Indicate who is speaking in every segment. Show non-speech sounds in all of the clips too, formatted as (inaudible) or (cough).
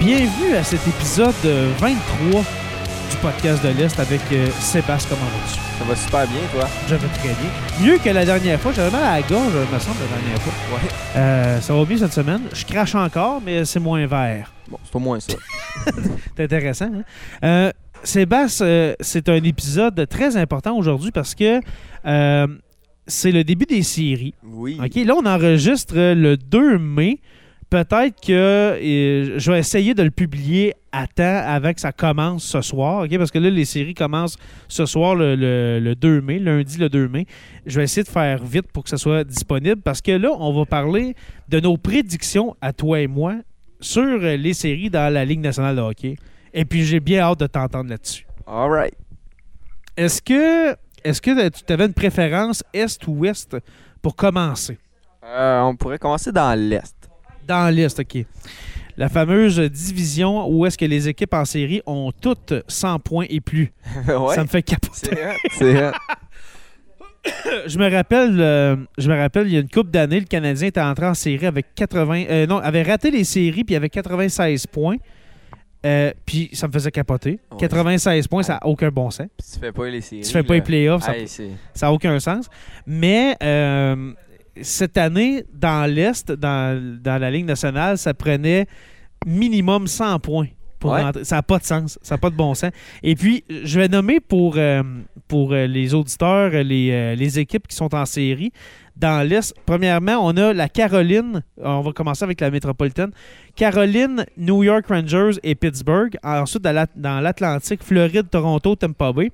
Speaker 1: Bienvenue à cet épisode euh, 23 du podcast de l'Est avec euh, Sébastien. Comment vas-tu?
Speaker 2: Ça va super bien, toi.
Speaker 1: Je vais très bien. Mieux que la dernière fois. J'avais mal à la gorge, me semble, la dernière fois.
Speaker 2: Ouais.
Speaker 1: Euh, ça va bien cette semaine. Je crache encore, mais c'est moins vert.
Speaker 2: Bon, c'est au moins ça.
Speaker 1: C'est intéressant. Hein? Euh, Sébastien, euh, c'est un épisode très important aujourd'hui parce que euh, c'est le début des séries.
Speaker 2: Oui.
Speaker 1: OK, là, on enregistre euh, le 2 mai. Peut-être que euh, je vais essayer de le publier à temps avant que ça commence ce soir, OK? Parce que là, les séries commencent ce soir, le, le- le 2 mai, lundi le 2 mai. Je vais essayer de faire vite pour que ça soit disponible parce que là, on va parler de nos prédictions à toi et moi sur euh, les séries dans la Ligue nationale de hockey. Et puis, j'ai bien hâte de t'entendre là-dessus.
Speaker 2: All right.
Speaker 1: Est-ce que, est-ce que tu avais une préférence Est ou Ouest pour commencer?
Speaker 2: Euh, on pourrait commencer dans l'Est.
Speaker 1: Dans l'Est, OK. La fameuse division où est-ce que les équipes en série ont toutes 100 points et plus.
Speaker 2: (laughs) ouais.
Speaker 1: Ça me fait capoter.
Speaker 2: C'est hot, (laughs) C'est hot.
Speaker 1: (laughs) Je me rappelle, euh, je me rappelle, il y a une couple d'années, le Canadien était entré en série avec 80... euh, non, avait raté les séries puis il avait 96 points. Euh, puis ça me faisait capoter.
Speaker 2: Ouais.
Speaker 1: 96 points, ça n'a aucun bon sens.
Speaker 2: Puis tu fais pas les séries.
Speaker 1: Tu fais pas
Speaker 2: là.
Speaker 1: les playoffs, ça
Speaker 2: Hey, c'est-
Speaker 1: Ça n'a aucun sens. Mais euh, cette année, dans l'Est, dans, dans la Ligue nationale, ça prenait minimum 100 points. Pour
Speaker 2: Ouais.
Speaker 1: rentrer. Ça n'a pas de sens. Ça n'a pas de bon sens. Et puis, je vais nommer pour, euh, pour euh, les auditeurs euh, les, euh, les équipes qui sont en série. Dans l'Est, premièrement, on a la Caroline. On va commencer avec la métropolitaine. Caroline, New York Rangers et Pittsburgh. Ensuite, dans l'At- dans l'Atlantique, Floride, Toronto, Tampa Bay.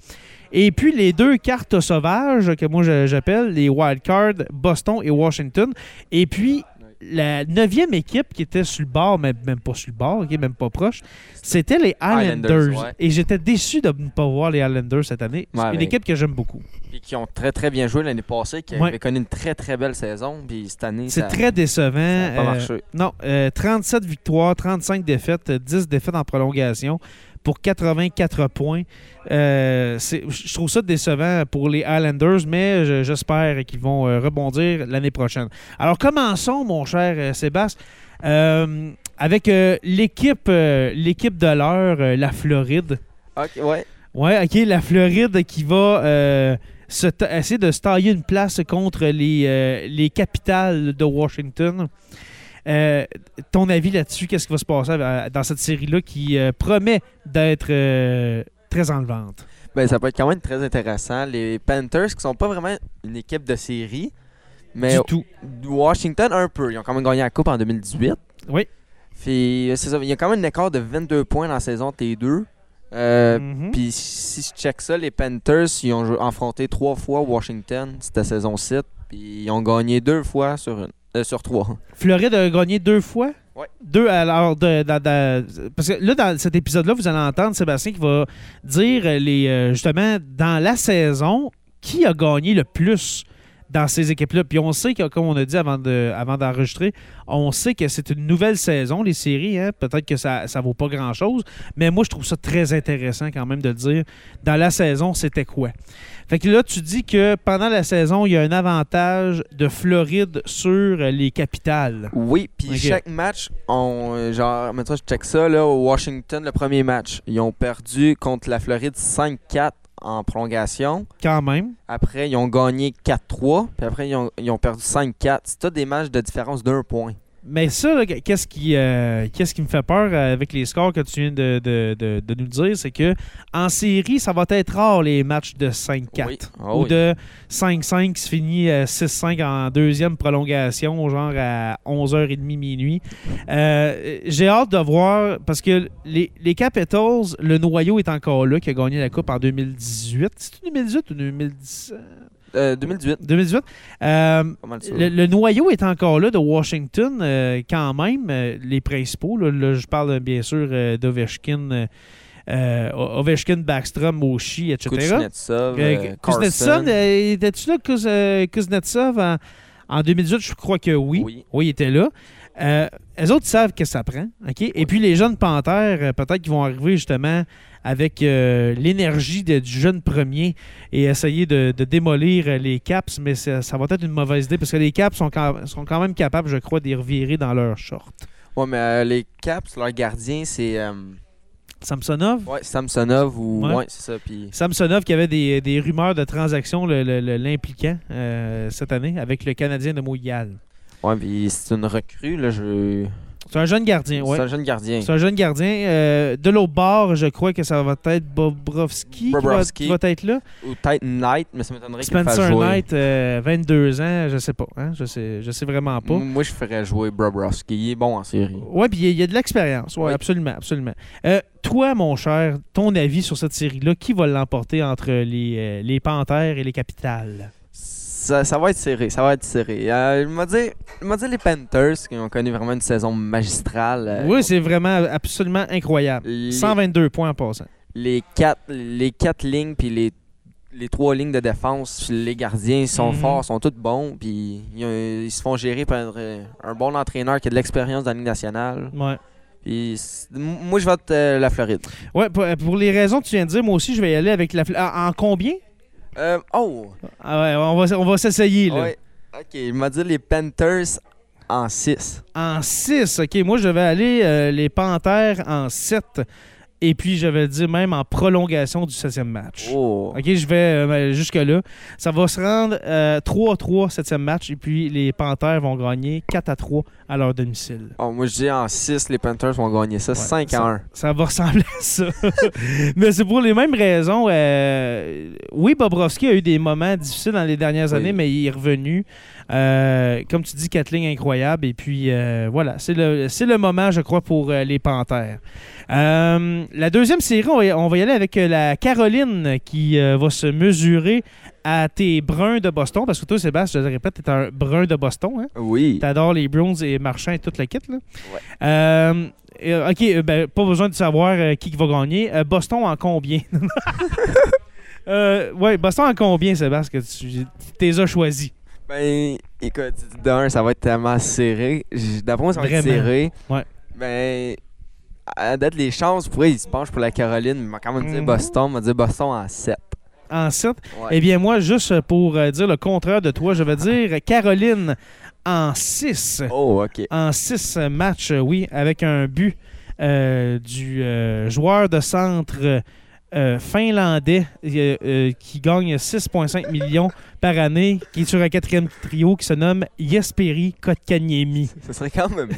Speaker 1: Et puis les deux cartes sauvages que moi je- j'appelle les wildcards, Boston et Washington. Et puis la neuvième équipe qui était sur le bord, mais même pas sur le bord, qui est même pas proche, c'était les Islanders.
Speaker 2: Islanders, ouais.
Speaker 1: Et j'étais déçu de ne pas voir les Islanders cette année. C'est
Speaker 2: Ouais,
Speaker 1: une
Speaker 2: mais-
Speaker 1: équipe que j'aime beaucoup.
Speaker 2: Puis qui ont très très bien joué l'année passée, qui
Speaker 1: Ouais.
Speaker 2: avaient connu une très très belle saison. Puis cette année,
Speaker 1: C'est
Speaker 2: ça-
Speaker 1: très décevant.
Speaker 2: ça a pas
Speaker 1: Euh,
Speaker 2: marché.
Speaker 1: Non, euh, 37 victoires, 35 défaites, euh, 10 défaites en prolongation pour 84 points. Euh, c'est- je trouve ça décevant pour les Islanders, mais je- j'espère qu'ils vont euh, rebondir l'année prochaine. Alors commençons, mon cher euh, Sébastien, euh, avec euh, l'équipe euh, l'équipe de l'heure, euh, la Floride.
Speaker 2: Ok, ouais.
Speaker 1: Ouais, ok, la Floride qui va euh, se ta- essayer de se tailler une place contre les, euh, les capitales de Washington. Euh, ton avis là-dessus, qu'est-ce qui va se passer euh, dans cette série-là qui euh, promet d'être euh, très enlevante?
Speaker 2: Ben, ça peut être quand même très intéressant. Les Panthers qui sont pas vraiment une équipe de série, mais
Speaker 1: du tout.
Speaker 2: Washington un peu. Ils ont quand même gagné la coupe en 2018.
Speaker 1: Oui.
Speaker 2: Puis, euh, c'est ça, il y a quand même un écart de 22 points dans la saison T2. Euh,
Speaker 1: Mhm.
Speaker 2: Puis si je check ça, les Panthers, ils ont jou- affronté trois fois Washington, c'était saison 7, puis ils ont gagné deux fois sur une. euh, sur trois.
Speaker 1: Floride a gagné deux fois.
Speaker 2: Ouais.
Speaker 1: Deux alors de, de- de- parce que là dans cet épisode là vous allez entendre Sébastien qui va dire euh, les euh, justement dans la saison qui a gagné le plus dans ces équipes là puis on sait que comme on a dit avant de avant d'enregistrer on sait que c'est une nouvelle saison les séries hein. peut-être que ça ça vaut pas grand chose mais moi je trouve ça très intéressant quand même de le dire dans la saison c'était quoi fait que là, tu dis que pendant la saison, il y a un avantage de Floride sur euh, les capitales.
Speaker 2: Oui, puis
Speaker 1: Ok.
Speaker 2: chaque match, on euh, genre, maintenant je check ça, là, au Washington, le premier match, ils ont perdu contre la Floride 5-4 en prolongation.
Speaker 1: Quand même.
Speaker 2: Après, ils ont gagné 4-3, puis après, ils ont, ils ont perdu 5-4. C'est tous des matchs de différence d'un point.
Speaker 1: Mais ça, là, qu'est-ce qui, euh, qu'est-ce qui me fait peur euh, avec les scores que tu viens de, de- de- de nous dire, c'est que en série, ça va être rare les matchs de 5-4.
Speaker 2: Oui. Ah
Speaker 1: ou
Speaker 2: oui.
Speaker 1: de 5-5 qui se finit euh, 6-5 en deuxième prolongation, genre à 11h30 minuit. Euh, J'ai hâte de voir, parce que les, les Capitals, le noyau est encore là, qui a gagné la Coupe en 2018. C'est 2018 ou 2010?
Speaker 2: Euh, 2018,
Speaker 1: 2018. Euh,
Speaker 2: pas mal sûr.
Speaker 1: le, le noyau est encore là de Washington, euh, quand même, euh, les principaux. Là, Là, je parle bien sûr euh, d'Ovechkin, euh, euh, Ovechkin, Backstrom, Oshie, etc.
Speaker 2: Kuznetsov,
Speaker 1: Euh,
Speaker 2: euh,
Speaker 1: Kuznetsov,
Speaker 2: Carlson.
Speaker 1: euh, était-tu là, Kuz- euh, Kuznetsov, en, en 2018? Je crois que oui.
Speaker 2: Oui.
Speaker 1: il était là. Euh, les autres savent que ça prend. ok Et puis, les jeunes Panthères, euh, peut-être qu'ils vont arriver justement avec euh, l'énergie de- du jeune premier et essayer de, de démolir euh, les Caps, mais ça, ça va être une mauvaise idée parce que les Caps sont quand, sont quand même capables, je crois, d'y revirer dans leur short.
Speaker 2: Ouais, mais euh, les Caps, leur gardien, c'est euh,
Speaker 1: Samsonov.
Speaker 2: ouais, Samsonov ou.
Speaker 1: Ouais.
Speaker 2: Ouais, c'est ça. Puis
Speaker 1: Samsonov qui avait des, des rumeurs de transactions le- le- le- l'impliquant euh, cette année avec le Canadien de Montréal.
Speaker 2: ouais, puis c'est une recrue, là. Je...
Speaker 1: C'est un jeune gardien, ouais.
Speaker 2: C'est un jeune gardien.
Speaker 1: C'est un jeune gardien. Euh, de l'autre bord, je crois que ça va être Bobrovski qui va-
Speaker 2: Bobrovski.
Speaker 1: qui va être là.
Speaker 2: Ou peut-être Knight, mais ça m'étonnerait qu'il fasse
Speaker 1: Spencer
Speaker 2: jouer.
Speaker 1: Knight, euh, 22 ans, je sais pas. hein, je, sais, je sais vraiment pas.
Speaker 2: M- Moi, je ferais jouer Bobrovski. Il est bon en série.
Speaker 1: Oui, puis il y a- il y, a de l'expérience. Ouais,
Speaker 2: Oui.
Speaker 1: absolument, absolument. Euh, toi, mon cher, ton avis sur cette série-là, qui va l'emporter entre les, euh, les Panthères et les Capitales?
Speaker 2: Ça, ça va être serré, ça va être serré. Euh, je vais dire, je vais dire les Panthers qui ont connu vraiment une saison magistrale. Euh,
Speaker 1: oui, c'est vraiment absolument incroyable.
Speaker 2: les,
Speaker 1: 122 points en passant.
Speaker 2: les quatre les quatre lignes puis les les trois lignes de défense, les gardiens ils sont
Speaker 1: Mhm.
Speaker 2: forts, sont tous bons puis ils, ont- ils se font gérer par euh, un bon entraîneur qui a de l'expérience dans la Ligue nationale.
Speaker 1: Ouais.
Speaker 2: Puis c'est- m- moi je vote euh, la Floride.
Speaker 1: Ouais, pour, euh, pour les raisons que tu viens de dire, moi aussi, je vais y aller avec la. fl- En, en combien?
Speaker 2: Euh, oh,
Speaker 1: Ah ouais, on va, on va s'essayer, là.
Speaker 2: Ah ouais. OK, il m'a dit les Panthers en 6.
Speaker 1: En 6, OK. Moi, je vais aller euh, les Panthères en 7. Et puis, je vais dire même en prolongation du 16e match.
Speaker 2: Oh.
Speaker 1: OK, je vais euh, ben, jusque-là. Ça va se rendre euh, 3-3 septième match. Et puis, les Panthères vont gagner 4-3 à leur domicile.
Speaker 2: Oh, moi je dis en 6 les Panthers vont gagner ça
Speaker 1: Ouais,
Speaker 2: 5
Speaker 1: ça-
Speaker 2: à 1.
Speaker 1: Ça va ressembler à ça. (laughs) Mais c'est pour les mêmes raisons. euh, Oui, Bobrovski a eu des moments difficiles dans les dernières
Speaker 2: Oui.
Speaker 1: années, mais il est revenu. Euh, comme tu dis, quatre lignes incroyables. Et puis, euh, voilà, c'est le, c'est le moment, je crois, pour euh, les Panthères. Euh, la deuxième série, on va, y- on va y aller avec euh, la Caroline qui euh, va se mesurer à tes bruns de Boston. Parce que toi, Sébastien, je te le répète, t'es un brun de Boston. Hein?
Speaker 2: Oui.
Speaker 1: T'adores les Browns et Marchand et toute la kit, là.
Speaker 2: Ouais.
Speaker 1: Euh, euh, OK, euh, ben, pas besoin de savoir euh, qui qui va gagner. Euh, Boston en
Speaker 2: (laughs)
Speaker 1: combien? (laughs) euh, ouais, Boston en combien, Sébastien, que tu t'es as choisi?
Speaker 2: Ben, écoute, d'un, ça va être tellement serré. J- D'après moi, ça va être
Speaker 1: Vraiment.
Speaker 2: serré.
Speaker 1: Ouais.
Speaker 2: Ben, à date, les chances, pour eux, ils se penchent pour la Caroline. Mais quand même, dire
Speaker 1: Mhm.
Speaker 2: Boston, on va dire Boston en 7.
Speaker 1: En 7?
Speaker 2: Ouais.
Speaker 1: Eh bien, moi, juste pour euh, dire le contraire de toi, je vais dire Caroline en 6.
Speaker 2: Oh, OK.
Speaker 1: En 6 matchs, euh, oui, avec un but euh, du euh, joueur de centre euh, euh, finlandais euh, euh, qui gagne 6,5 millions par année, qui est sur un quatrième trio qui se nomme Jesperi Kotkaniemi.
Speaker 2: Ce serait quand même beau.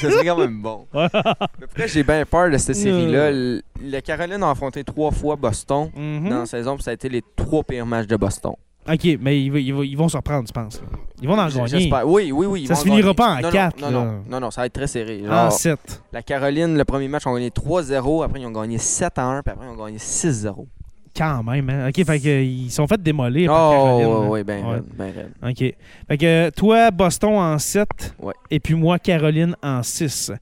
Speaker 2: Ce serait quand même bon.
Speaker 1: Ouais.
Speaker 2: Mais Après, j'ai bien peur de cette série-là.
Speaker 1: Mm.
Speaker 2: L- La Caroline a affronté trois fois Boston
Speaker 1: Mhm.
Speaker 2: dans la saison, puis ça a été les trois pires matchs de Boston.
Speaker 1: Ok, mais ils, vont- ils vont- ils vont se reprendre, je pense. là. Ils vont en
Speaker 2: J-
Speaker 1: gagner.
Speaker 2: J'espère. Oui, oui, oui. ils
Speaker 1: Ça
Speaker 2: vont
Speaker 1: se finira
Speaker 2: gagner.
Speaker 1: pas en
Speaker 2: Non, non,
Speaker 1: quatre,
Speaker 2: Non,
Speaker 1: là. Ah,
Speaker 2: non, non, non, ça va être très serré.
Speaker 1: En
Speaker 2: Genre,
Speaker 1: 7.
Speaker 2: La Caroline, le premier match, on gagné 3-0. Après, ils ont gagné 7-1. Puis après, ils ont gagné 6-0.
Speaker 1: Quand même, hein. Ok, fait que, ils sont fait démolir par Caroline. hein.
Speaker 2: Oh,
Speaker 1: là.
Speaker 2: oui, ben,
Speaker 1: Ouais.
Speaker 2: raide, ben raide.
Speaker 1: OK. Fait que euh, toi, Boston en 7.
Speaker 2: Ouais.
Speaker 1: Et puis moi, Caroline en 6.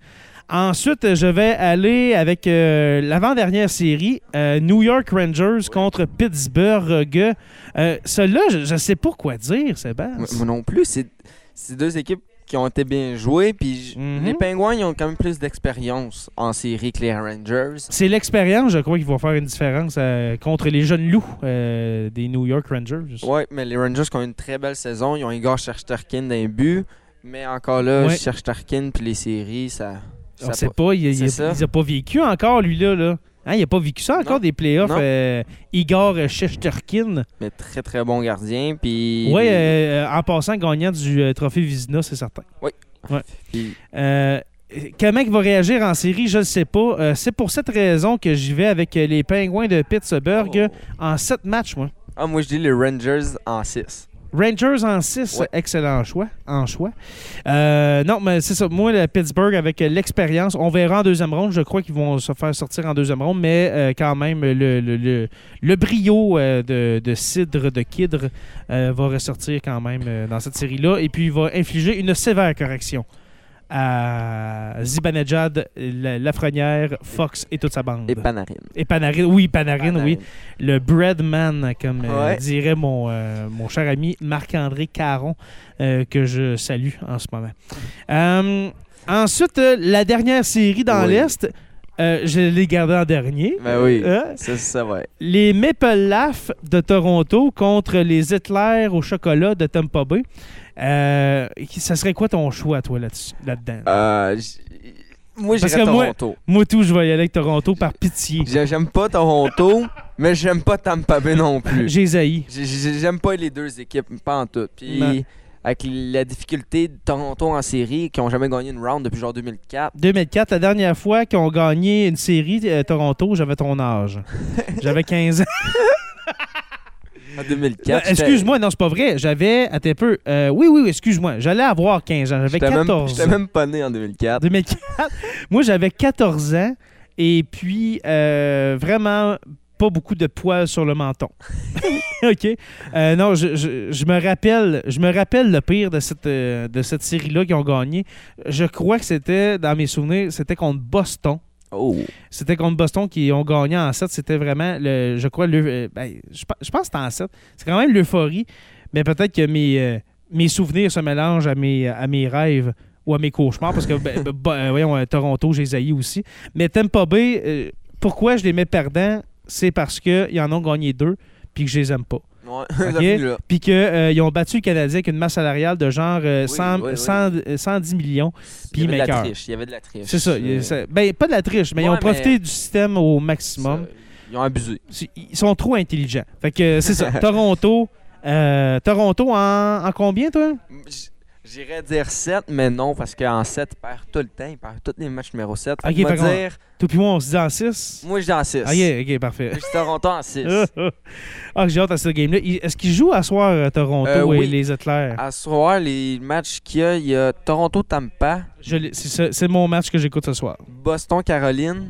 Speaker 1: Ensuite, euh, je vais aller avec euh, l'avant-dernière série, euh, New York Rangers contre Pittsburgh. Euh, Celle-là, je ne sais pas quoi dire,
Speaker 2: Moi,
Speaker 1: Sébastien.
Speaker 2: moi non plus, c'est c'est deux équipes qui ont été bien jouées. Puis j-
Speaker 1: Mhm.
Speaker 2: les Pingouins, ils ont quand même plus d'expérience en série que les Rangers.
Speaker 1: C'est l'expérience, je crois, qui va faire une différence euh, contre les jeunes loups euh, des New York Rangers.
Speaker 2: Ouais, mais les Rangers qui ont une très belle saison. Ils ont Igor Cherchterkin d'un but. Mais encore là,
Speaker 1: Ouais.
Speaker 2: Cherchterkin puis les séries, ça.
Speaker 1: On
Speaker 2: ça
Speaker 1: sait
Speaker 2: pas-
Speaker 1: pas, il
Speaker 2: c'est ça.
Speaker 1: n'a pas vécu encore, lui-là. Là. Hein, il n'a pas vécu ça encore
Speaker 2: Non.
Speaker 1: des playoffs.
Speaker 2: Non.
Speaker 1: euh, Igor Shesterkin.
Speaker 2: Mais très, très bon gardien. Puis.
Speaker 1: Oui, euh, en passant, gagnant du euh, trophée Vizina, c'est certain.
Speaker 2: puis-
Speaker 1: Euh, comment il va réagir en série, je ne sais pas. Euh, c'est pour cette raison que j'y vais avec euh, les Pingouins de Pittsburgh euh,
Speaker 2: Oh.
Speaker 1: en 7 matchs, moi.
Speaker 2: Ah, moi, je dis les Rangers en 6.
Speaker 1: Rangers en 6,
Speaker 2: Ouais.
Speaker 1: excellent choix. En choix. Euh, non, mais c'est ça. Moi, le Pittsburgh, avec euh, l'expérience, on verra en deuxième ronde. Je crois qu'ils vont se faire sortir en deuxième ronde, mais euh, quand même, le, le, le- le brio euh, de, de Cidre, de Kidre, euh, va ressortir quand même euh, dans cette série-là. Et puis, il va infliger une sévère correction à Zibanejad, La- Lafrenière, Fox et toute sa bande.
Speaker 2: Et Panarin.
Speaker 1: Et Panarin, oui, Ben. Panarin, oui.
Speaker 2: Panarin.
Speaker 1: Le breadman, comme euh,
Speaker 2: Ouais.
Speaker 1: dirait mon, euh, mon cher ami Marc-André Caron, euh, que je salue en ce moment. Euh, ensuite, euh, la dernière série dans
Speaker 2: Oui.
Speaker 1: l'Est, Euh, je l'ai gardé en dernier.
Speaker 2: Ben oui.
Speaker 1: Hein?
Speaker 2: Ça, ça va.
Speaker 1: Les Maple Leaf de Toronto contre les Hitler au chocolat de Tampa Bay. Euh, ça serait quoi ton choix, toi, là-dessus- là-dedans?
Speaker 2: Euh, j- moi,
Speaker 1: Parce
Speaker 2: j'irais
Speaker 1: que moi-
Speaker 2: Toronto.
Speaker 1: Moi, tout, je vais y aller avec Toronto par pitié.
Speaker 2: J'ai- J'aime pas
Speaker 1: (laughs)
Speaker 2: Toronto, mais j'aime pas Tampa Bay non plus.
Speaker 1: J'ai zaï.
Speaker 2: J'ai- j'ai- J'aime pas les deux équipes, pas en tout. Puis
Speaker 1: Non.
Speaker 2: avec la difficulté de Toronto en série, qui ont jamais gagné une round depuis genre 2004.
Speaker 1: 2004, la dernière fois qu'ils ont gagné une série euh, Toronto, j'avais ton
Speaker 2: (laughs)
Speaker 1: âge. J'avais 15 ans.
Speaker 2: En
Speaker 1: Non,
Speaker 2: 2004. j'étais-
Speaker 1: excuse-moi, non, c'est pas vrai. J'avais, attends un peu. Euh, oui, oui, oui, excuse-moi. J'allais avoir 15 ans. J'avais
Speaker 2: J'étais même,
Speaker 1: 14
Speaker 2: j'étais
Speaker 1: ans.
Speaker 2: même pas né en 2004.
Speaker 1: 2004. Moi, j'avais 14 ans. Et puis, euh, vraiment, pas beaucoup de poils sur le
Speaker 2: (laughs)
Speaker 1: menton. OK. Euh, non, je, je- je me rappelle, je me rappelle le pire de cette, euh, de cette série-là qu'ils ont gagné. Je crois que c'était, dans mes souvenirs, c'était contre Boston.
Speaker 2: Oh.
Speaker 1: C'était contre Boston qui ont gagné en 7. C'était vraiment, le, je crois, le, euh, ben, je, pe- je pense que c'était en 7. C'est quand même l'euphorie, mais peut-être que mes, euh, mes souvenirs se mélangent à mes, à mes rêves ou à mes cauchemars, parce que, ben, ben, ben, euh, voyons, euh, Toronto, j'ai zaï aussi. Mais Tampa Bay, euh, pourquoi je les mets perdants? C'est parce qu'ils en ont gagné deux, puis que je les aime pas.
Speaker 2: Ouais, (laughs) ça finit là.
Speaker 1: Puis qu'ils ont battu le Canadien avec une masse salariale de genre euh,
Speaker 2: Oui,
Speaker 1: 100
Speaker 2: oui, oui.
Speaker 1: 100 euh, 110 millions. Puis
Speaker 2: il y avait de la
Speaker 1: Maker.
Speaker 2: triche. Il y avait de la triche.
Speaker 1: C'est ça.
Speaker 2: Euh,
Speaker 1: il- ça- Ben, pas de la triche, mais ils
Speaker 2: Ouais,
Speaker 1: ont
Speaker 2: mais-
Speaker 1: profité du système au
Speaker 2: ça-
Speaker 1: maximum.
Speaker 2: Ils ont abusé.
Speaker 1: C'est- ils sont trop intelligents. Fait que euh, c'est
Speaker 2: (laughs)
Speaker 1: ça. Toronto. euh, Toronto en, en combien, toi?
Speaker 2: J- J'irais dire 7, mais non, parce qu'en 7, il perd tout le temps. Il perd tous les matchs numéro 7.
Speaker 1: Ok,
Speaker 2: moi,
Speaker 1: fait qu'on-
Speaker 2: dire,
Speaker 1: Toi puis moi, on se dit en 6?
Speaker 2: moi, je dis en 6.
Speaker 1: Ok, Euh. ok, parfait.
Speaker 2: Je dis Toronto en 6.
Speaker 1: (laughs) ah, j'ai hâte à ce game-là. Il- Est-ce qu'ils jouent à soir euh, Toronto
Speaker 2: Euh,
Speaker 1: et
Speaker 2: oui.
Speaker 1: les Éclairs?
Speaker 2: À ce soir, les matchs qu'il y a, il y a Toronto-Tampa,
Speaker 1: Je l'ai- C'est ça- c'est mon match que j'écoute ce soir.
Speaker 2: Boston-Caroline,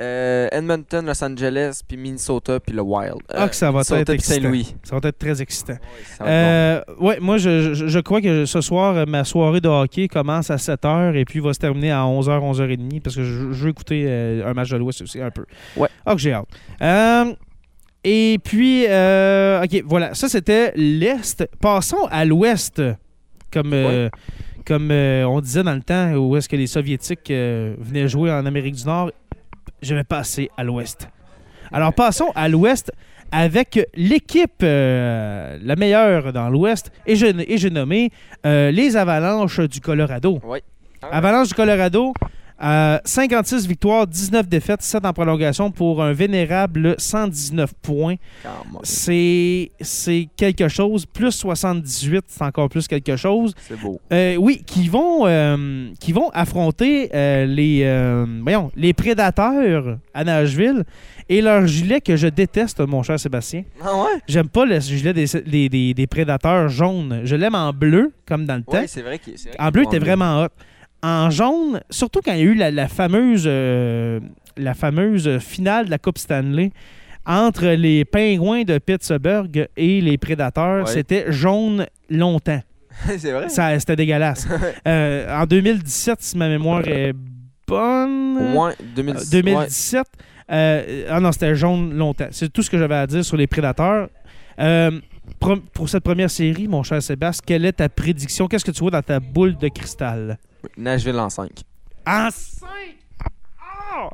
Speaker 2: euh, Edmonton-Los Angeles, puis Minnesota, puis le Wild. Euh,
Speaker 1: Ah, que ça va
Speaker 2: Minnesota,
Speaker 1: être
Speaker 2: puis Saint-Louis.
Speaker 1: Ça va être très excitant.
Speaker 2: Ouais, ça va être
Speaker 1: Euh, ouais, moi, je, je- je crois que ce soir, euh, ma soirée de hockey commence à 7h et puis va se terminer à 11h, 11h30 parce que je, je veux écouter euh, un match de l'Ouest aussi un peu.
Speaker 2: Ouais.
Speaker 1: Ah, que j'ai hâte. Euh, et puis, euh, OK, voilà. Ça, c'était l'Est. Passons à l'Ouest, comme, euh, comme euh, on disait dans le temps où est-ce que les Soviétiques euh, venaient jouer en Amérique du Nord. Je vais passer à l'Ouest. Alors, passons à l'Ouest avec l'équipe euh, la meilleure dans l'Ouest. Et je- et j'ai nommé euh, les Avalanches du Colorado.
Speaker 2: bon. Ouais.
Speaker 1: Avalanche du Colorado, euh, 56 victoires, 19 défaites, 7 en prolongation pour un vénérable 119 points.
Speaker 2: Quand même.
Speaker 1: C'est c'est quelque chose. Plus 78, c'est encore plus quelque chose.
Speaker 2: C'est beau.
Speaker 1: Euh, oui, qui vont, euh, qui vont affronter euh, les, euh, voyons, les prédateurs à Nashville et leur gilet que je déteste, mon cher Sébastien.
Speaker 2: Ah ouais?
Speaker 1: J'aime pas le gilet des, des, des- des prédateurs jaunes. Je l'aime en bleu, comme dans le temps.
Speaker 2: Ouais, c'est vrai qu'il c'est vrai
Speaker 1: en bleu,
Speaker 2: qu'il
Speaker 1: t'es
Speaker 2: prend
Speaker 1: vraiment hot. En jaune, surtout quand il y a eu la, la fameuse, euh, la fameuse finale de la Coupe Stanley entre les pingouins de Pittsburgh et les prédateurs,
Speaker 2: Ouais.
Speaker 1: c'était jaune longtemps.
Speaker 2: (laughs)
Speaker 1: (laughs)
Speaker 2: c'est vrai?
Speaker 1: Ça, c'était dégueulasse. Euh, en 2017, si ma mémoire est bonne.
Speaker 2: Moins
Speaker 1: Euh,
Speaker 2: 2010.
Speaker 1: 2017. euh, ah non, c'était jaune longtemps. C'est tout ce que j'avais à dire sur les prédateurs. Euh, pro- pour cette première série, mon cher Sébastien, quelle est ta prédiction? Qu'est-ce que tu vois dans ta boule de cristal?
Speaker 2: Ouais. Nashville en 5.
Speaker 1: En 5! Ah!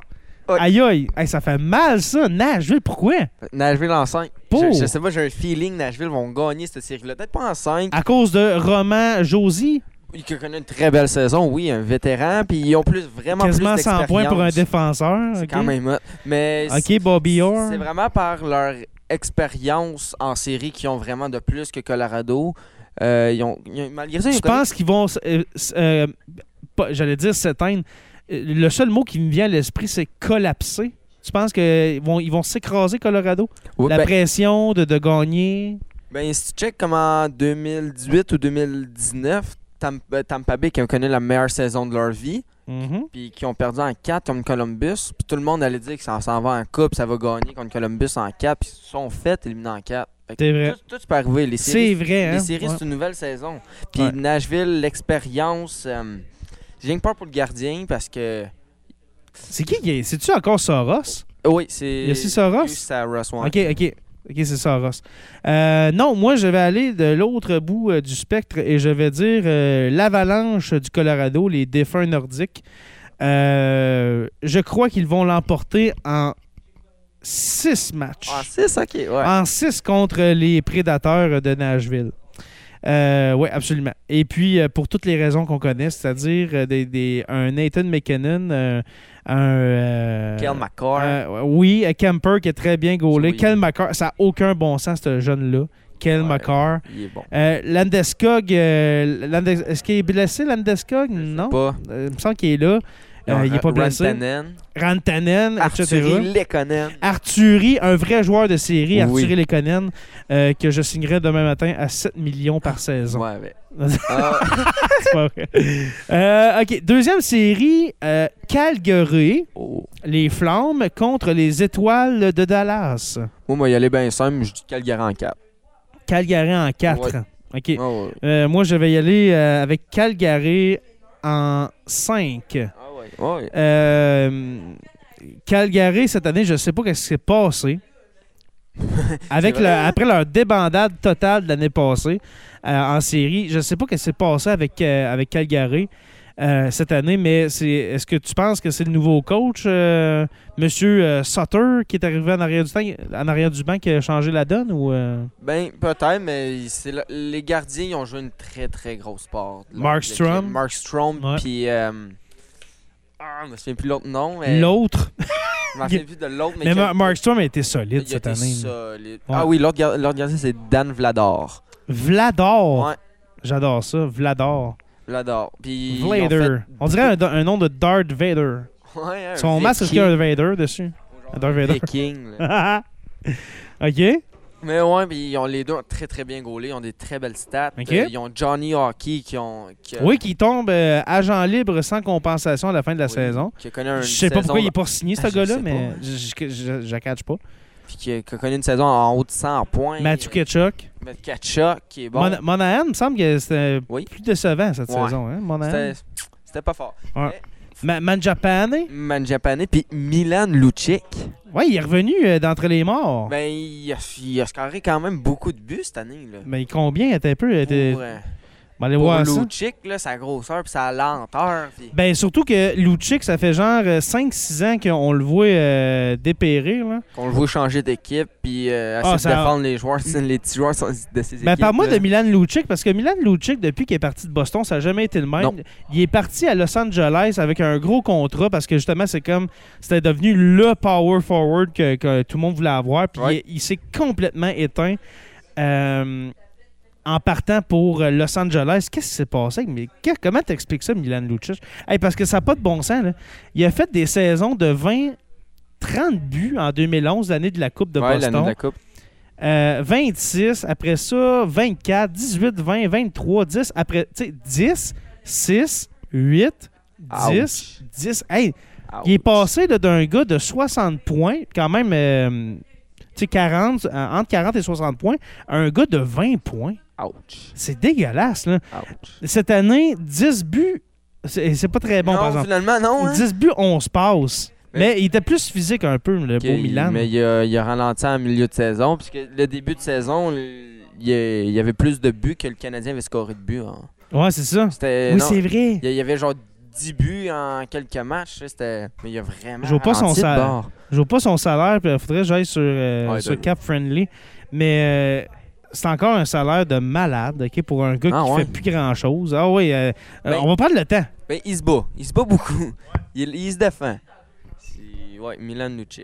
Speaker 2: Ouais.
Speaker 1: Aïe aïe! Hey, ça fait mal ça! Nashville, pourquoi?
Speaker 2: Nashville en 5.
Speaker 1: Pour.
Speaker 2: Je, je sais pas, j'ai un feeling Nashville vont gagner cette série-là. Peut-être pas en 5.
Speaker 1: À cause de Roman Josie,
Speaker 2: Il a connu une très belle saison, oui, un vétéran, puis ils ont plus vraiment
Speaker 1: quasiment
Speaker 2: plus
Speaker 1: 100
Speaker 2: d'expérience.
Speaker 1: points pour un défenseur.
Speaker 2: C'est
Speaker 1: ok?
Speaker 2: quand même hot. Mais c-
Speaker 1: Ok, Bobby Orr.
Speaker 2: c'est vraiment par leur expérience en série qu'ils ont vraiment de plus que Colorado. Euh, ils ont, ils ont- malgré ça, ils ont
Speaker 1: Je pense qu'ils vont. s- euh, s- euh, pas- J'allais dire s'éteindre. Euh, Le seul mot qui me vient à l'esprit, c'est collapser. Tu penses qu'ils vont, ils vont s'écraser, Colorado?
Speaker 2: connu- Oui,
Speaker 1: La
Speaker 2: ben,
Speaker 1: pression de, de gagner.
Speaker 2: ben, si tu check comme en 2018 ou 2019, Tam- euh, Tampa Bay qui ont connu la meilleure saison de leur vie,
Speaker 1: Mhm.
Speaker 2: puis qui ont perdu en 4 comme Columbus, puis tout le monde allait dire que ça s'en va en coupe, ça va gagner contre Columbus en 4, puis ils se sont fait éliminer en 4.
Speaker 1: C'est vrai.
Speaker 2: Tout, tout peut arriver. Les séries,
Speaker 1: C'est vrai, hein?
Speaker 2: Les séries,
Speaker 1: Ouais.
Speaker 2: c'est une nouvelle saison. Puis
Speaker 1: Ouais.
Speaker 2: Nashville, l'expérience. euh, J'ai rien que peur pour le gardien parce que.
Speaker 1: C'est qui qui est- C'est-tu encore Soros?
Speaker 2: Oh oui, c'est.
Speaker 1: Il y a aussi Soros?
Speaker 2: Hugh Saros, ouais.
Speaker 1: Ok, ok. Ok, c'est Soros. Euh, non, moi, je vais aller de l'autre bout euh, du spectre et je vais dire euh, l'avalanche du Colorado, les défunts nordiques. Euh, je crois qu'ils vont l'emporter en six matchs.
Speaker 2: Ah, 6, ok, ouais.
Speaker 1: En 6 contre les prédateurs de Nashville. Euh, oui, absolument. Et puis, euh, pour toutes les raisons qu'on connaît, c'est-à-dire euh, des, des- un Nathan McKinnon, euh, un. euh,
Speaker 2: Kel McCarr.
Speaker 1: euh, oui, un Kemper qui est très bien gaulé.
Speaker 2: Oui.
Speaker 1: Kel McCarr, ça n'a aucun bon sens, ce jeune-là. Kel
Speaker 2: Ouais.
Speaker 1: McCarr.
Speaker 2: il est bon.
Speaker 1: Euh, Landeskog, euh, Landes- est-ce qu'il est blessé, Landeskog? Non.
Speaker 2: Pas.
Speaker 1: Euh, il me semble qu'il est là. Euh, il n'est pas blessé.
Speaker 2: Rantanen,
Speaker 1: Rantanen, etc.
Speaker 2: Arturi Lekkonen.
Speaker 1: Arturi, un vrai joueur de série,
Speaker 2: Oui.
Speaker 1: Arturi Lekonen, euh, que je signerai demain matin à 7 millions par saison.
Speaker 2: Ouais,
Speaker 1: (laughs)
Speaker 2: ouais. Ah,
Speaker 1: C'est pas vrai. (laughs) Euh, OK, deuxième série, euh, Calgary,
Speaker 2: oh.
Speaker 1: les Flammes contre les Étoiles de Dallas.
Speaker 2: Moi, moi, il allait bien simple, je dis Calgary en 4.
Speaker 1: Calgary en 4. OK.
Speaker 2: Ah ouais.
Speaker 1: Euh, moi, je vais y aller euh, avec Calgary en 5.
Speaker 2: Ah ouais. ouais.
Speaker 1: Euh, Calgary, cette année, je ne sais pas ce qui s'est
Speaker 2: (laughs)
Speaker 1: passé. avec
Speaker 2: C'est
Speaker 1: le-
Speaker 2: vrai, hein?
Speaker 1: après leur débandade totale de l'année passée euh, en série, je ne sais pas ce qui s'est passé avec, euh, avec Calgary euh, cette année, mais c'est, est-ce que tu penses que c'est le nouveau coach, euh, Monsieur euh, Sutter, qui est arrivé en arrière du, temps, en arrière du banc, qui a changé la donne ou euh,
Speaker 2: Ben, peut-être, mais c'est le- les gardiens, ils ont joué une très, très grosse part. de leur-
Speaker 1: Mark
Speaker 2: de l'équipe.
Speaker 1: Strom.
Speaker 2: Mark Strom,
Speaker 1: Ouais.
Speaker 2: puis. euh, Ah, je me souviens plus l'autre nom. Mais...
Speaker 1: l'autre?
Speaker 2: Je me souviens plus de l'autre, mais.
Speaker 1: Mais
Speaker 2: quel-
Speaker 1: Mar- Mark Strom a été solide
Speaker 2: Il a
Speaker 1: cette
Speaker 2: été
Speaker 1: année.
Speaker 2: solide.
Speaker 1: Ouais.
Speaker 2: Ah oui, l'autre gar- l'autre gardien, c'est Dan Vlador.
Speaker 1: Vlador! Oh.
Speaker 2: Ouais.
Speaker 1: J'adore ça, Vlador.
Speaker 2: Vlador. Puis. ils ont
Speaker 1: Vader.
Speaker 2: fait-
Speaker 1: On dirait un, un nom de Darth Vader.
Speaker 2: (laughs) Ouais, un
Speaker 1: Son masque, est-ce qu'il y a
Speaker 2: Viking.
Speaker 1: un Vader dessus? Un Darth Vader.
Speaker 2: Viking, là.
Speaker 1: (laughs) OK.
Speaker 2: Mais ouais, puis ils ont les deux ont très très bien gaulés, ils ont des très belles stats.
Speaker 1: Ok.
Speaker 2: Euh, ils ont Johnny Hockey qui ont qui,
Speaker 1: Oui, qui tombe euh, agent libre sans compensation à la fin de la
Speaker 2: Oui.
Speaker 1: saison.
Speaker 2: qui a connu une
Speaker 1: Je sais pas
Speaker 2: saison
Speaker 1: pourquoi il est pas signé, ce
Speaker 2: Ah, je
Speaker 1: gars-là,
Speaker 2: sais
Speaker 1: mais
Speaker 2: pas.
Speaker 1: je- je je- je la catch pas.
Speaker 2: puis qui, a, qui a connu une saison en haut de 100 points.
Speaker 1: Matthew
Speaker 2: Euh,
Speaker 1: Ketchuk.
Speaker 2: Matt Ketchuk qui est bon.
Speaker 1: Mon- Monahan, il me semble que c'était
Speaker 2: Oui.
Speaker 1: plus décevant cette
Speaker 2: Ouais.
Speaker 1: saison. Hein? Monahan.
Speaker 2: C'était- C'était pas fort.
Speaker 1: Ma- Manjapane.
Speaker 2: Manjapane puis Milan Lucic.
Speaker 1: Oui, il est revenu euh, d'entre les morts.
Speaker 2: Ben il a, il a scoré quand même beaucoup de buts cette année là.
Speaker 1: Mais combien? Il était peu. il était-
Speaker 2: Pour, euh,
Speaker 1: On va aller
Speaker 2: pour
Speaker 1: voir ça.
Speaker 2: Lucic là, sa grosseur puis sa lenteur puis
Speaker 1: Ben surtout que Luchik, ça fait genre euh, 5-6 ans qu'on le voit euh, dépérir. Là.
Speaker 2: qu'on le voit changer d'équipe puis euh,
Speaker 1: Ah,
Speaker 2: essayer
Speaker 1: ça
Speaker 2: de
Speaker 1: a-
Speaker 2: défendre les joueurs, (laughs) les petits joueurs sont- de ses
Speaker 1: Ben,
Speaker 2: équipes. euh,
Speaker 1: parle-moi
Speaker 2: là.
Speaker 1: de Milan Lucic, parce que Milan Lucic, depuis qu'il est parti de Boston, ça n'a jamais été le même.
Speaker 2: Non.
Speaker 1: Il est parti à Los Angeles avec un gros contrat parce que justement, c'est comme c'était devenu le power forward que, que tout le monde voulait avoir. Puis
Speaker 2: Ouais.
Speaker 1: il, il s'est complètement éteint euh, en partant pour euh, Los Angeles. Qu'est-ce qui s'est passé? Mais que- comment t'expliques ça, Milan Lucic? Hey, parce que ça n'a pas de bon sens. là. Il a fait des saisons de 20. 30 buts en 2011, l'année de la Coupe de
Speaker 2: Ouais, l'année
Speaker 1: Boston.
Speaker 2: de la coupe.
Speaker 1: Euh, 26, après ça, 24, 18, 20, 23, 10, après, tu sais, 10, 6, 8, 10,
Speaker 2: Ouch.
Speaker 1: 10. Hey, il est
Speaker 2: Ouch.
Speaker 1: passé là, d'un gars de 60 points, quand même, euh, tu sais, 40, euh, entre 40 et 60 points, à un gars de 20 points.
Speaker 2: Ouch.
Speaker 1: C'est dégueulasse, là.
Speaker 2: Ouch.
Speaker 1: Cette année, 10 buts, c'est c'est pas très bon,
Speaker 2: non,
Speaker 1: par exemple.
Speaker 2: finalement, non. Hein?
Speaker 1: 10 buts, 11 passes.
Speaker 2: Mais-
Speaker 1: Mais il était plus physique un peu, le
Speaker 2: Ok,
Speaker 1: beau Milan.
Speaker 2: Mais il a, il a ralenti en milieu de saison. Puisque le début de saison, il y a- il y avait plus de buts que le Canadien avait scoré de buts. hein.
Speaker 1: Ouais, c'est ça.
Speaker 2: C'était.
Speaker 1: Oui,
Speaker 2: non,
Speaker 1: c'est vrai.
Speaker 2: il y a- il y avait genre 10 buts en quelques matchs. là, C'était. Mais il a vraiment.
Speaker 1: Je vois pas son
Speaker 2: ralenti de
Speaker 1: salaire.
Speaker 2: bord.
Speaker 1: Je vois pas son salaire, puis il faudrait que j'aille sur, euh,
Speaker 2: Ouais,
Speaker 1: sur
Speaker 2: ben-
Speaker 1: Cap Friendly. Mais euh, c'est encore un salaire de malade, OK, pour un gars
Speaker 2: Ah,
Speaker 1: qui
Speaker 2: ouais.
Speaker 1: fait plus grand-chose. Ah oui, euh, euh,
Speaker 2: Ben-
Speaker 1: on va prendre le temps.
Speaker 2: Ben, il se bat. Il se bat beaucoup. (laughs) Il, il se défend. C'est- Ouais, Milan Nucci.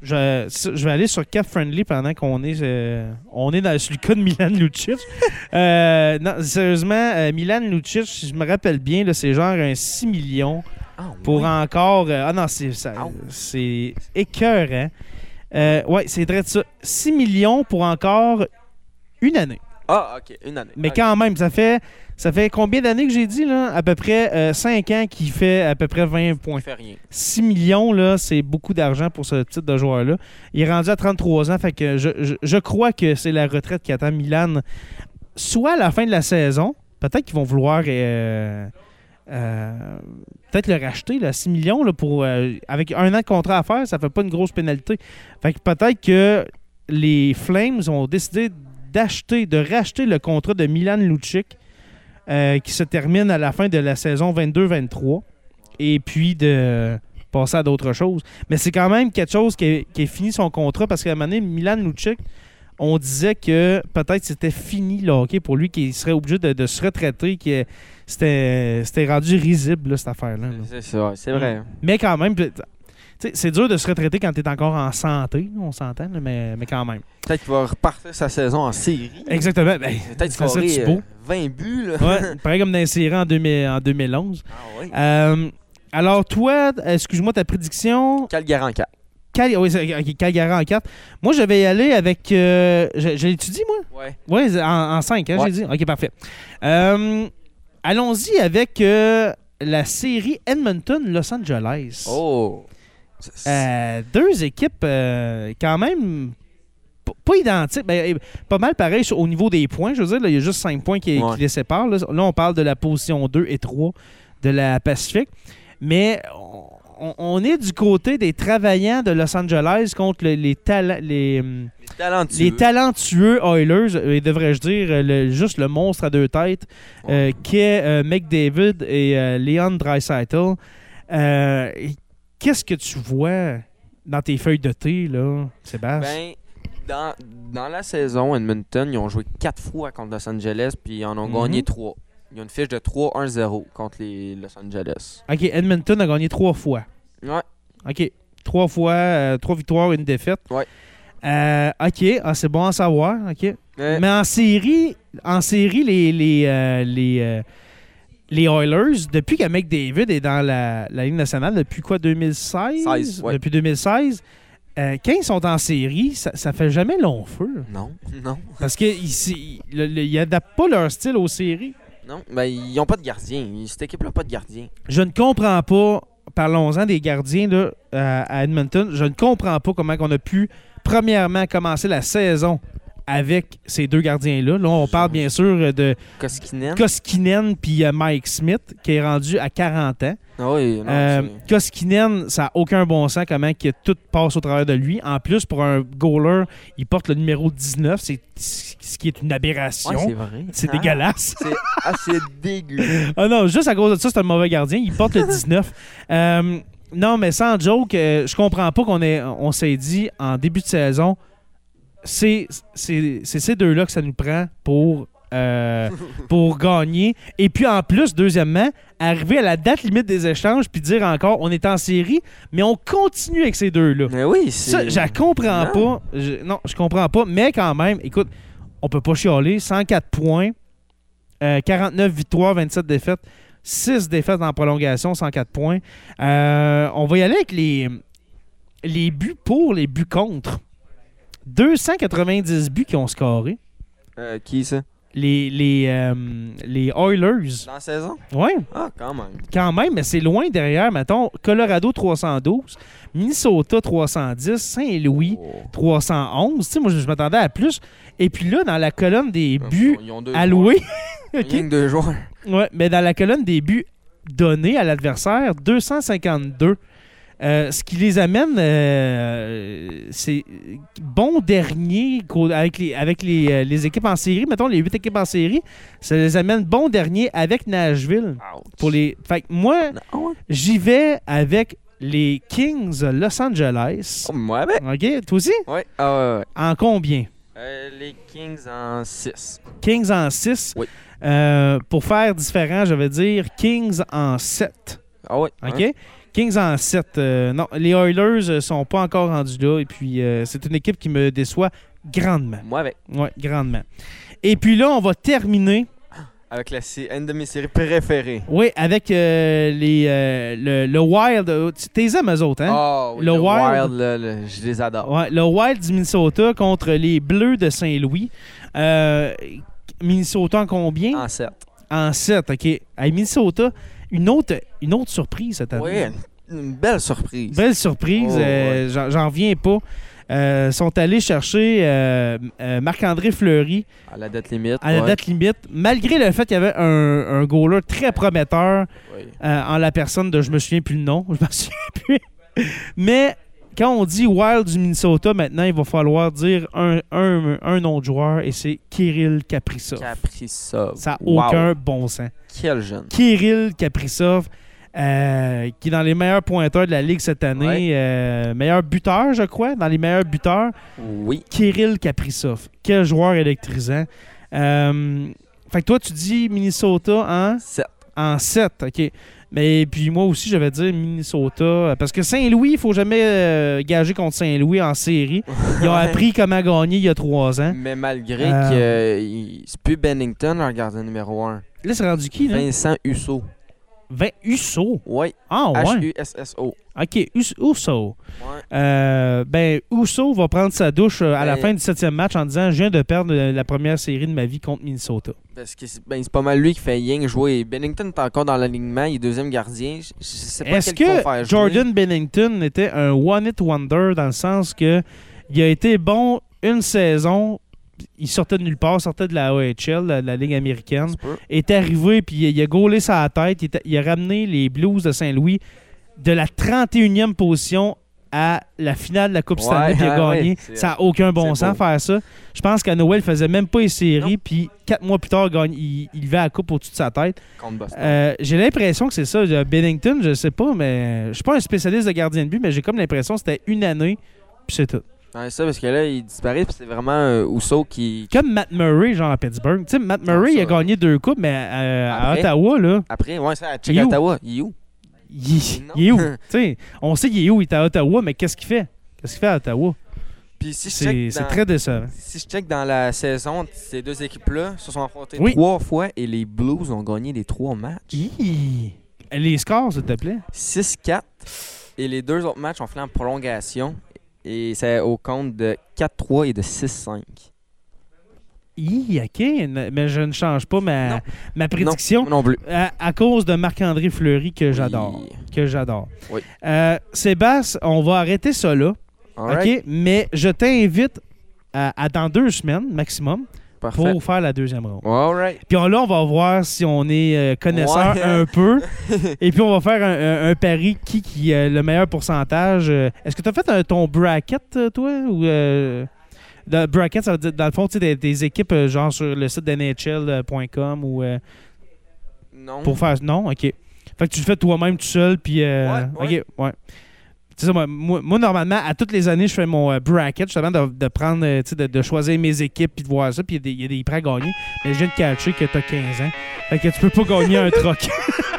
Speaker 1: Je, je vais aller sur Cap Friendly pendant qu'on est, euh, on est dans, sur le cas de Milan
Speaker 2: (laughs)
Speaker 1: Lucic. Euh, non, sérieusement, euh, Milan Lucic, si je me rappelle bien, là, c'est genre un 6 millions.
Speaker 2: Ah,
Speaker 1: pour
Speaker 2: ouais.
Speaker 1: encore. euh, ah non, c'est, ça-
Speaker 2: Ouch.
Speaker 1: c'est écœurant. Euh, ouais, c'est vrai de ça. 6 millions pour encore une année.
Speaker 2: Ah, ok, une année.
Speaker 1: Mais
Speaker 2: Ok.
Speaker 1: quand même, ça fait ça fait combien d'années que j'ai dit là À peu près 5 ans qui fait à peu près 20 points.
Speaker 2: Il fait rien.
Speaker 1: 6 millions, là, c'est beaucoup d'argent pour ce type de joueur-là. Il est rendu à 33 ans, fait que je, je- je crois que c'est la retraite qui attend Milan. Soit à la fin de la saison, peut-être qu'ils vont vouloir euh, euh, peut-être le racheter, là, 6 millions, là, pour, euh, avec un an de contrat à faire, ça fait pas une grosse pénalité. Fait que peut-être que les Flames ont décidé d'acheter, de racheter le contrat de Milan Lucic euh, qui se termine à la fin de la saison 22-23. et puis de passer à d'autres choses. Mais c'est quand même quelque chose qui a, qui a fini son contrat parce qu'à un moment donné, Milan Lucic, on disait que peut-être c'était fini le hockey pour lui, qu'il serait obligé de, de se retraiter, que c'était c'était rendu risible là, cette affaire-là. là.
Speaker 2: C'est ça, c'est vrai.
Speaker 1: Mais quand même, tu sais, c'est dur de se retraiter quand tu es encore en santé, on s'entend, là, mais, mais quand même.
Speaker 2: Peut-être qu'il va repartir sa saison
Speaker 1: (laughs)
Speaker 2: en série.
Speaker 1: Exactement. Ben,
Speaker 2: (laughs) Peut-être
Speaker 1: ça serait
Speaker 2: scorer
Speaker 1: du beau.
Speaker 2: euh, 20 buts. Là.
Speaker 1: Ouais, pareil comme dans les séries en, 2000 en 2011.
Speaker 2: Ah oui.
Speaker 1: Euh, alors, toi, excuse-moi ta prédiction.
Speaker 2: Calgary en quatre.
Speaker 1: Cal- oui, c'est- ok, Calgary en 4. Moi, je vais y aller avec. euh, je je l'ai-tu dit, moi
Speaker 2: Ouais.
Speaker 1: Oui, en 5,
Speaker 2: Ouais.
Speaker 1: j'ai dit. Ok, parfait. Euh, Allons-y avec euh, la série Edmonton-Los Angeles.
Speaker 2: Oh. C'est- c'est-
Speaker 1: Euh, deux équipes euh, quand même p- pas identiques. Ben, euh, pas mal pareil sur- au niveau des points. Je veux dire, là, il y a juste cinq points qui,
Speaker 2: Ouais.
Speaker 1: qui les séparent. Là. Là, on parle de la position 2 et 3 de la Pacifique. Mais on, on est du côté des travaillants de Los Angeles contre le- les, tala- les, hum,
Speaker 2: les talentueux.
Speaker 1: les talentueux Oilers, euh, et devrais-je dire euh, le- juste le monstre à deux têtes euh, qu'est euh, McDavid et euh, Leon Dreisaitl. Euh, et Qu'est-ce que tu vois dans tes feuilles de thé, là, Sébastien?
Speaker 2: Ben, dans, dans la saison, Edmonton, ils ont joué 4 fois contre Los Angeles, puis ils en ont
Speaker 1: Mhm.
Speaker 2: gagné 3. Ils ont une fiche de 3-1-0 contre les Los Angeles.
Speaker 1: OK, Edmonton a gagné trois fois.
Speaker 2: Ouais.
Speaker 1: OK, trois fois, euh, trois victoires, une défaite.
Speaker 2: Ouais.
Speaker 1: Euh, OK, ah, c'est bon à savoir. OK.
Speaker 2: Euh,
Speaker 1: Mais en série, en série les, les, euh, les, euh, les Oilers, depuis que McDavid est dans la, la Ligue nationale, depuis quoi, 2016?
Speaker 2: 16, ouais.
Speaker 1: Depuis 2016, euh, quand ils sont en série, ça, ça fait jamais long feu.
Speaker 2: Non, (laughs) non,
Speaker 1: Parce qu'ils n'adaptent pas leur style aux séries.
Speaker 2: non. Ben, ils n'ont pas de gardien. Cette équipe-là n'a pas de gardien.
Speaker 1: Je ne comprends pas, parlons-en des gardiens là, euh, à Edmonton, je ne comprends pas comment on a pu, premièrement, commencer la saison avec ces deux gardiens-là. Là, on parle bien sûr de
Speaker 2: Koskinen.
Speaker 1: Hein? Koskinen puis euh, Mike Smith, qui est rendu à 40 ans.
Speaker 2: Ah oui, non,
Speaker 1: Euh,
Speaker 2: c'est-
Speaker 1: Koskinen, ça n'a aucun bon sens comment que tout passe au travers de lui. En plus, pour un goaler, il porte le numéro 19, c'est ce qui est une aberration.
Speaker 2: Ouais, c'est vrai.
Speaker 1: c'est
Speaker 2: Ah,
Speaker 1: dégueulasse.
Speaker 2: c'est- Ah, c'est dégueu.
Speaker 1: Ah non, juste à cause de ça, c'est un mauvais gardien. Il porte le 19. Euh, non, mais sans joke, euh, je comprends pas qu'on ait- on s'est dit en début de saison, c'est c'est- c'est ces deux-là que ça nous prend pour, euh, pour gagner. Et puis en plus, deuxièmement, arriver à la date limite des échanges puis dire encore, on est en série, mais on continue avec ces deux-là.
Speaker 2: Mais oui,
Speaker 1: Ça,
Speaker 2: c'est.
Speaker 1: je la comprends
Speaker 2: Non.
Speaker 1: pas. Je- non, je comprends pas. Mais quand même, écoute, on peut pas chialer. 104 points, euh, 49 victoires, 27 défaites, 6 défaites en prolongation, 104 points. Euh, on va y aller avec les, les buts pour, les buts contre. 290 buts qui ont scoré.
Speaker 2: Euh, qui ça
Speaker 1: Les, les, euh, les Oilers.
Speaker 2: Dans la saison
Speaker 1: Ouais,
Speaker 2: Ah, quand même.
Speaker 1: quand même, mais c'est loin derrière, mettons. Colorado 312, Minnesota 310, Saint-Louis
Speaker 2: Oh.
Speaker 1: 311. Tu sais, moi, je, je m'attendais à plus. Et puis là, dans la colonne des buts
Speaker 2: Ils ont deux
Speaker 1: alloués,
Speaker 2: joueurs. Rien que deux joueurs.
Speaker 1: ouais, mais dans la colonne des buts donnés à l'adversaire, 252. Euh, ce qui les amène, euh, c'est bon dernier qu'au- avec, les, avec les, euh, les équipes en série, mettons les huit équipes en série, ça les amène bon dernier avec Nashville. Pour les... Fait que moi,
Speaker 2: Ah ouais.
Speaker 1: j'y vais avec les Kings Los Angeles.
Speaker 2: Oh, ouais, ben.
Speaker 1: OK? Toi aussi?
Speaker 2: Ouais, ah ouais, ouais.
Speaker 1: En combien?
Speaker 2: Euh, les Kings en 6.
Speaker 1: Kings en 6.
Speaker 2: Oui.
Speaker 1: Euh, pour faire différent, je vais dire Kings en 7.
Speaker 2: Ah ouais.
Speaker 1: OK?
Speaker 2: hein?
Speaker 1: Kings en 7. Euh, non, les Oilers euh, sont pas encore rendus là. Et puis, euh, c'est une équipe qui me déçoit grandement.
Speaker 2: Moi avec.
Speaker 1: Ouais, grandement. Et puis là, on va terminer
Speaker 2: Avec la sé- une de mes séries préférées.
Speaker 1: oui, avec euh, les, euh, le, le Wild. Euh, Tu t'es aimes, eux autres, hein?
Speaker 2: Ah oui,
Speaker 1: Le
Speaker 2: le,
Speaker 1: Wild.
Speaker 2: Wild, là, le- je les adore.
Speaker 1: Ouais, le Wild du Minnesota contre les Bleus de Saint-Louis. Euh, Minnesota en combien?
Speaker 2: En 7.
Speaker 1: En 7, OK. À Minnesota, une autre, une autre surprise cette année.
Speaker 2: Oui, une, une belle surprise.
Speaker 1: Belle surprise,
Speaker 2: Oh,
Speaker 1: euh, j'en- j'en reviens pas. Euh, sont allés chercher euh, euh, Marc-André Fleury
Speaker 2: À la date limite.
Speaker 1: à la
Speaker 2: ouais.
Speaker 1: date limite, malgré le fait qu'il y avait un, un goaler très prometteur
Speaker 2: Oui.
Speaker 1: euh, en la personne de je me souviens plus le nom, (laughs) je me souviens plus. Mais quand on dit Wild du Minnesota, maintenant, il va falloir dire un, un, un nom de joueur et c'est Kirill Kaprizov.
Speaker 2: Capricov.
Speaker 1: Ça n'a
Speaker 2: Wow.
Speaker 1: aucun bon sens.
Speaker 2: Quel jeune.
Speaker 1: Kirill Kaprizov. euh, qui est dans les meilleurs pointeurs de la Ligue cette année,
Speaker 2: Ouais.
Speaker 1: euh, meilleur buteur, je crois, dans les meilleurs buteurs,
Speaker 2: Oui.
Speaker 1: Kirill Kaprizov. Quel joueur électrisant. Euh, fait que toi, tu dis Minnesota en,
Speaker 2: Sept.
Speaker 1: en 7, OK. Mais puis moi aussi, j'avais dit Minnesota, euh, parce que Saint-Louis, il faut jamais euh, gager contre Saint-Louis en série. Ils ont
Speaker 2: (laughs)
Speaker 1: appris comment gagner il y a trois ans.
Speaker 2: Mais malgré
Speaker 1: Euh,
Speaker 2: que euh, il- c'est plus Bennington, leur gardien numéro 1.
Speaker 1: Là, c'est rendu qui, là?
Speaker 2: Vincent Husso.
Speaker 1: 20 Uso.
Speaker 2: Oui,
Speaker 1: Ah, ouais.
Speaker 2: H-U-S-S-O.
Speaker 1: OK, Us- Uso.
Speaker 2: Ouais.
Speaker 1: Euh, ben, Uso va prendre sa douche euh, à la
Speaker 2: Ben-
Speaker 1: fin du septième match en disant Je viens de perdre euh, la première série de ma vie contre Minnesota.
Speaker 2: Parce que c'est ben, c'est pas mal lui qui fait Ying jouer. Bennington est encore dans l'alignement, il est deuxième gardien. Je, je sais pas
Speaker 1: Est-ce
Speaker 2: quel qu'ils vont faire
Speaker 1: que
Speaker 2: jouer.
Speaker 1: Jordan Bennington était un one-hit wonder dans le sens que il a été bon une saison, il sortait de nulle part, sortait de la OHL, la, la Ligue américaine,
Speaker 2: C'est pas-
Speaker 1: est arrivé puis il a gaulé sa tête, il, était- il a ramené les Blues de Saint-Louis de la 31e position à la finale de la Coupe
Speaker 2: Ouais,
Speaker 1: Stanley puis il a
Speaker 2: ah (laughs) ouais,
Speaker 1: gagné.
Speaker 2: c'est-
Speaker 1: ça n'a aucun bon
Speaker 2: c'est
Speaker 1: sens
Speaker 2: beau.
Speaker 1: faire ça. Je pense qu'à Noël, il faisait même pas les séries
Speaker 2: Non.
Speaker 1: puis quatre mois plus tard, il, gagne- il, il levait la coupe au-dessus de sa tête.
Speaker 2: Contre Boston.
Speaker 1: Euh, j'ai l'impression que c'est ça. Le Bennington, je sais pas, mais je suis pas un spécialiste de gardien de but, mais j'ai comme l'impression que c'était une année, puis c'est tout.
Speaker 2: Euh, Ouais, ça, parce que là, il disparaît, puis c'est vraiment euh, Husso qui.
Speaker 1: Comme Matt Murray, genre à Pittsburgh. Tu sais, Matt Murray,
Speaker 2: Non, ça-
Speaker 1: il a gagné deux coupes, mais euh, à
Speaker 2: Après?
Speaker 1: Ottawa, là,
Speaker 2: Après, ouais, c'est
Speaker 1: Il
Speaker 2: à
Speaker 1: est
Speaker 2: Check
Speaker 1: où?
Speaker 2: Ottawa. Il est où?
Speaker 1: il,
Speaker 2: Non.
Speaker 1: il est où? Tu sais, on sait qu'il est où, il est à Ottawa, mais qu'est-ce qu'il fait? Qu'est-ce qu'il fait à Ottawa?
Speaker 2: (laughs) Puis si je
Speaker 1: C'est
Speaker 2: check
Speaker 1: c'est
Speaker 2: dans-
Speaker 1: très décevant.
Speaker 2: Si je check dans la saison, ces deux équipes-là se sont affrontées
Speaker 1: Oui.
Speaker 2: trois fois et les Blues ont gagné les trois matchs.
Speaker 1: Hi! Les scores, s'il te plaît.
Speaker 2: 6-4 et les deux autres matchs ont fait en prolongation et c'est au compte de 4-3 et de 6-5.
Speaker 1: Hi, ok, n- mais je ne change pas ma,
Speaker 2: Non.
Speaker 1: ma prédiction
Speaker 2: Non, non plus.
Speaker 1: à, à cause de Marc-André Fleury que j'adore.
Speaker 2: Oui.
Speaker 1: que j'adore.
Speaker 2: Oui.
Speaker 1: Euh, Sébastien, on va arrêter ça là,
Speaker 2: Alright,
Speaker 1: OK? Mais je t'invite à, à dans deux semaines maximum
Speaker 2: parfait.
Speaker 1: pour faire la deuxième ronde.
Speaker 2: Alright.
Speaker 1: Puis on- là, on va voir si on est euh, connaisseur
Speaker 2: Ouais.
Speaker 1: un peu. Et puis on va faire un, un- un pari qui, qui a le meilleur pourcentage. Euh, Est-ce que tu as fait un, ton bracket, euh, toi? Ou, euh, le bracket, ça veut dire, dans le fond, tu sais, des, des équipes euh, genre sur le site d'NHL.com ou euh,
Speaker 2: Non.
Speaker 1: pour faire. Non, ok. Fait que tu le fais toi-même tout seul, puis. euh,
Speaker 2: Ouais, ouais.
Speaker 1: Ok, ouais. Tu sais, moi, moi, moi, normalement, à toutes les années, je fais mon euh, bracket, justement, de, de prendre, euh, tu sais, de, de choisir mes équipes, puis de voir ça, puis il y a des- il y, a des prêts à gagner. Mais je viens de catcher que t'as 15 ans. Fait que tu peux pas gagner un troc. (laughs)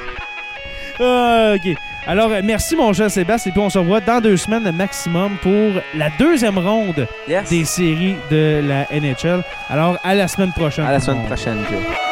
Speaker 1: Ah, ok. Alors, euh, merci, mon cher Sébastien, et puis on se revoit dans deux semaines maximum pour la deuxième ronde
Speaker 2: Yes.
Speaker 1: des séries de la NHL. Alors, à la semaine prochaine.
Speaker 2: À la
Speaker 1: tout le
Speaker 2: semaine
Speaker 1: monde.
Speaker 2: prochaine. Joe.